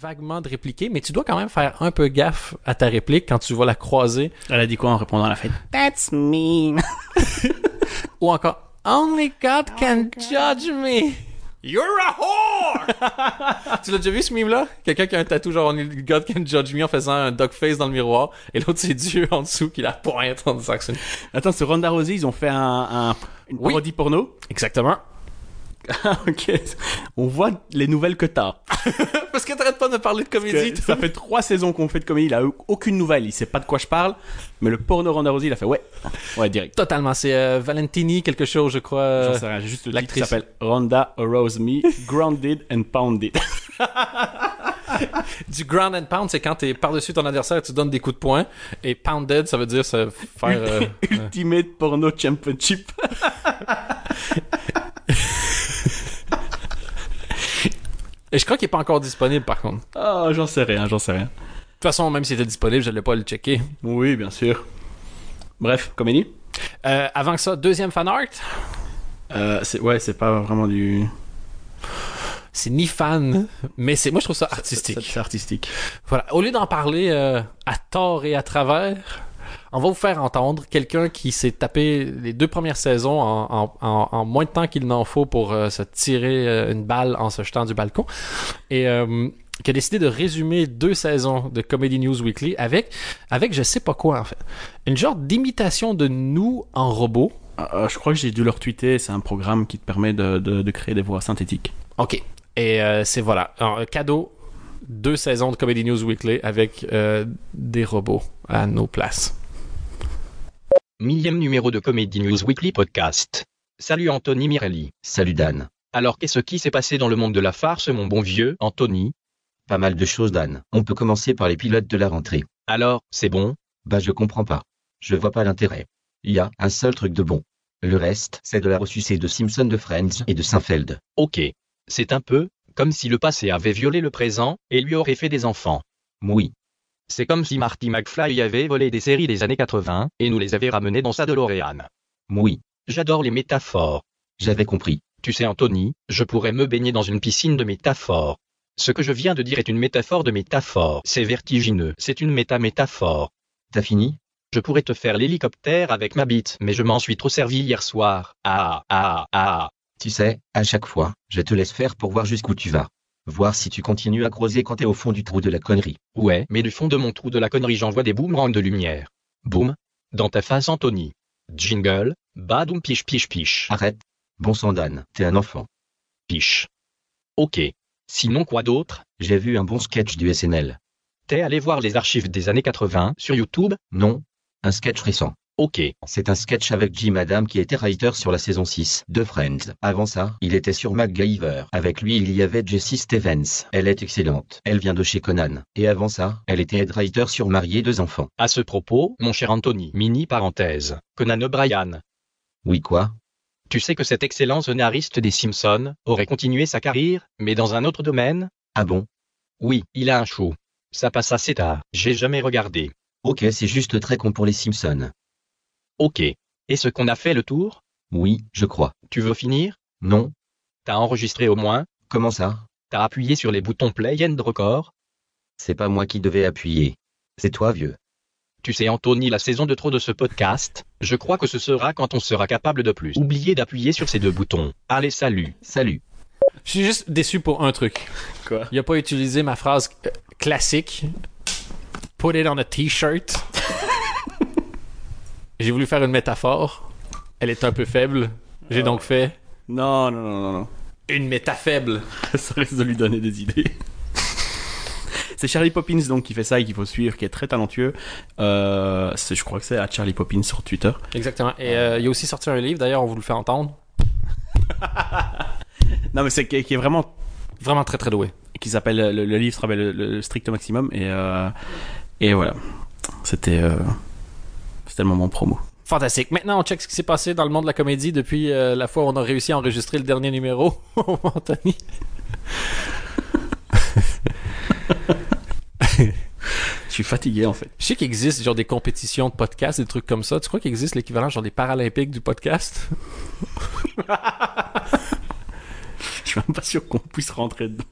vaguement de répliquer, mais tu dois quand même faire un peu gaffe à ta réplique quand tu vas la croiser. Elle a dit quoi en répondant à la fête? That's mean. Ou encore, Only God can judge me. You're a whore! Tu l'as déjà vu ce mime-là? Quelqu'un qui a un tatou genre Only God can judge me en faisant un dog face dans le miroir, et l'autre c'est Dieu en dessous qui la pointe en disant que c'est une- Attends, ce Ronda Rousey, ils ont fait un, un- une Oui. parodie porno. Exactement. Ah, ok. On voit les nouvelles que t'as. Parce que t'arrêtes pas de parler de comédie. Que Ça fait trois saisons qu'on fait de comédie, il a eu aucune nouvelle, il sait pas de quoi je parle, mais le porno Ronda Rousey, il a fait ouais. Ouais, direct. Totalement, c'est euh, Valentini quelque chose, je crois. euh, J'en sais rien, j'ai juste le titre qui l'actrice. s'appelle Ronda Rousey Grounded and Pounded. Du ground and pound, c'est quand t'es par-dessus ton adversaire et tu donnes des coups de poing. Et pounded, ça veut dire se faire... euh, Ultimate Porno Championship. Et je crois qu'il est pas encore disponible, par contre. De Ah, j'en sais rien, j'en sais rien. toute façon, même s'il était disponible, je n'allais pas le checker. Oui, bien sûr. Bref, comédie. Euh, avant que ça, deuxième fan art. Euh, c'est- ouais, c'est pas vraiment du. C'est ni fan, mais c'est moi je trouve ça artistique. C'est c'est artistique. Voilà. Au lieu d'en parler euh, à tort et à travers, on va vous faire entendre quelqu'un qui s'est tapé les deux premières saisons en, en- en- en moins de temps qu'il n'en faut pour euh, se tirer euh, une balle en se jetant du balcon. Et. euh, qui a décidé de résumer deux saisons de Comedy News Weekly avec, avec je sais pas quoi en fait. Une genre d'imitation de nous en robot. Ah, ah, je crois que j'ai dû leur tweeter, c'est un programme qui te permet de, de- de créer des voix synthétiques. OK. Et euh, c'est voilà. Alors, euh, cadeau, deux saisons de Comedy News Weekly avec euh, des robots à nos places. Millième numéro de Comedy News Weekly Podcast. Salut Anthony Mirelli. Salut Dan. Alors qu'est-ce qui s'est passé dans le monde de la farce mon bon vieux Anthony Pas mal de choses, Dan. On peut commencer par les pilotes de la rentrée. Alors, c'est bon Bah, je comprends pas. Je vois pas l'intérêt. Il y a un seul truc de bon. Le reste, c'est de la ressucée de Simpson de Friends et de Seinfeld. Ok. C'est un peu comme si le passé avait violé le présent et lui aurait fait des enfants. Oui. C'est comme si Marty McFly avait volé des séries des années 80 et nous les avait ramenées dans sa DeLorean. Oui. J'adore les métaphores. J'avais compris. Tu sais Anthony, je pourrais me baigner dans une piscine de métaphores. Ce que je viens de dire est une métaphore de métaphore. C'est vertigineux. C'est une méta-métaphore. T'as fini Je pourrais te faire l'hélicoptère avec ma bite, mais je m'en suis trop servi hier soir. Ah, ah, ah. Tu sais, à chaque fois, je te laisse faire pour voir jusqu'où tu vas. Voir si tu continues à creuser quand t'es au fond du trou de la connerie. Ouais, mais du fond de mon trou de la connerie, j'envoie des boomerangs de lumière. Boum. Dans ta face, Anthony. Jingle. Badoum piche piche piche. Ah, Arrête. Bon sang, Dan. T'es un enfant. Piche. Ok. Sinon quoi d'autre J'ai vu un bon sketch du SNL. T'es allé voir les archives des années 80 sur YouTube Non. Un sketch récent. Ok. C'est un sketch avec Jim Adam qui était writer sur la saison 6 de Friends. Avant ça, il était sur MacGyver. Avec lui, il y avait Jessie Stevens. Elle est excellente. Elle vient de chez Conan. Et avant ça, elle était head writer sur Marié deux enfants. À ce propos, mon cher Anthony, mini parenthèse. Conan O'Brien. Oui quoi Tu sais que cet excellent scénariste des Simpsons aurait continué sa carrière, mais dans un autre domaine Ah bon Oui, il a un show. Ça passe assez tard, j'ai jamais regardé. Ok, c'est juste très con pour les Simpsons. Ok. Est-ce qu'on a fait le tour Oui, je crois. Tu veux finir Non T'as enregistré au moins Comment ça T'as appuyé sur les boutons play and record C'est pas moi qui devais appuyer. C'est toi, vieux. Tu sais Anthony, la saison de trop de ce podcast, je crois que ce sera quand on sera capable de plus. Oubliez d'appuyer sur ces deux boutons. Allez, salut. Salut. Je suis juste déçu pour un truc. Quoi Il a pas utilisé ma phrase euh, classique. Put it on a t-shirt. J'ai voulu faire une métaphore. Elle est un peu faible. J'ai donc fait Non, non, non, non, non. une métafaible. ça risque de lui donner des idées. C'est Charlie Poppins donc qui fait ça et qu'il faut suivre, qui est très talentueux. Euh, c'est- je crois que c'est à Charlie Poppins sur Twitter. Exactement. Et euh, il a aussi sorti un livre, d'ailleurs, on vous le fait entendre. Non mais c'est qui qui est vraiment Vraiment très très doué. qui s'appelle le, le livre s'appelle le, le strict maximum et euh, et voilà. C'était euh, c'était le moment promo. Fantastique. Maintenant, on check ce qui s'est passé dans le monde de la comédie depuis euh, la fois où on a réussi à enregistrer le dernier numéro. Anthony. Je suis fatigué en fait. Je sais qu'il existe genre des compétitions de podcasts, des trucs comme ça. Tu crois qu'il existe l'équivalent genre des Paralympiques du podcast? Je suis même pas sûr qu'on puisse rentrer dedans.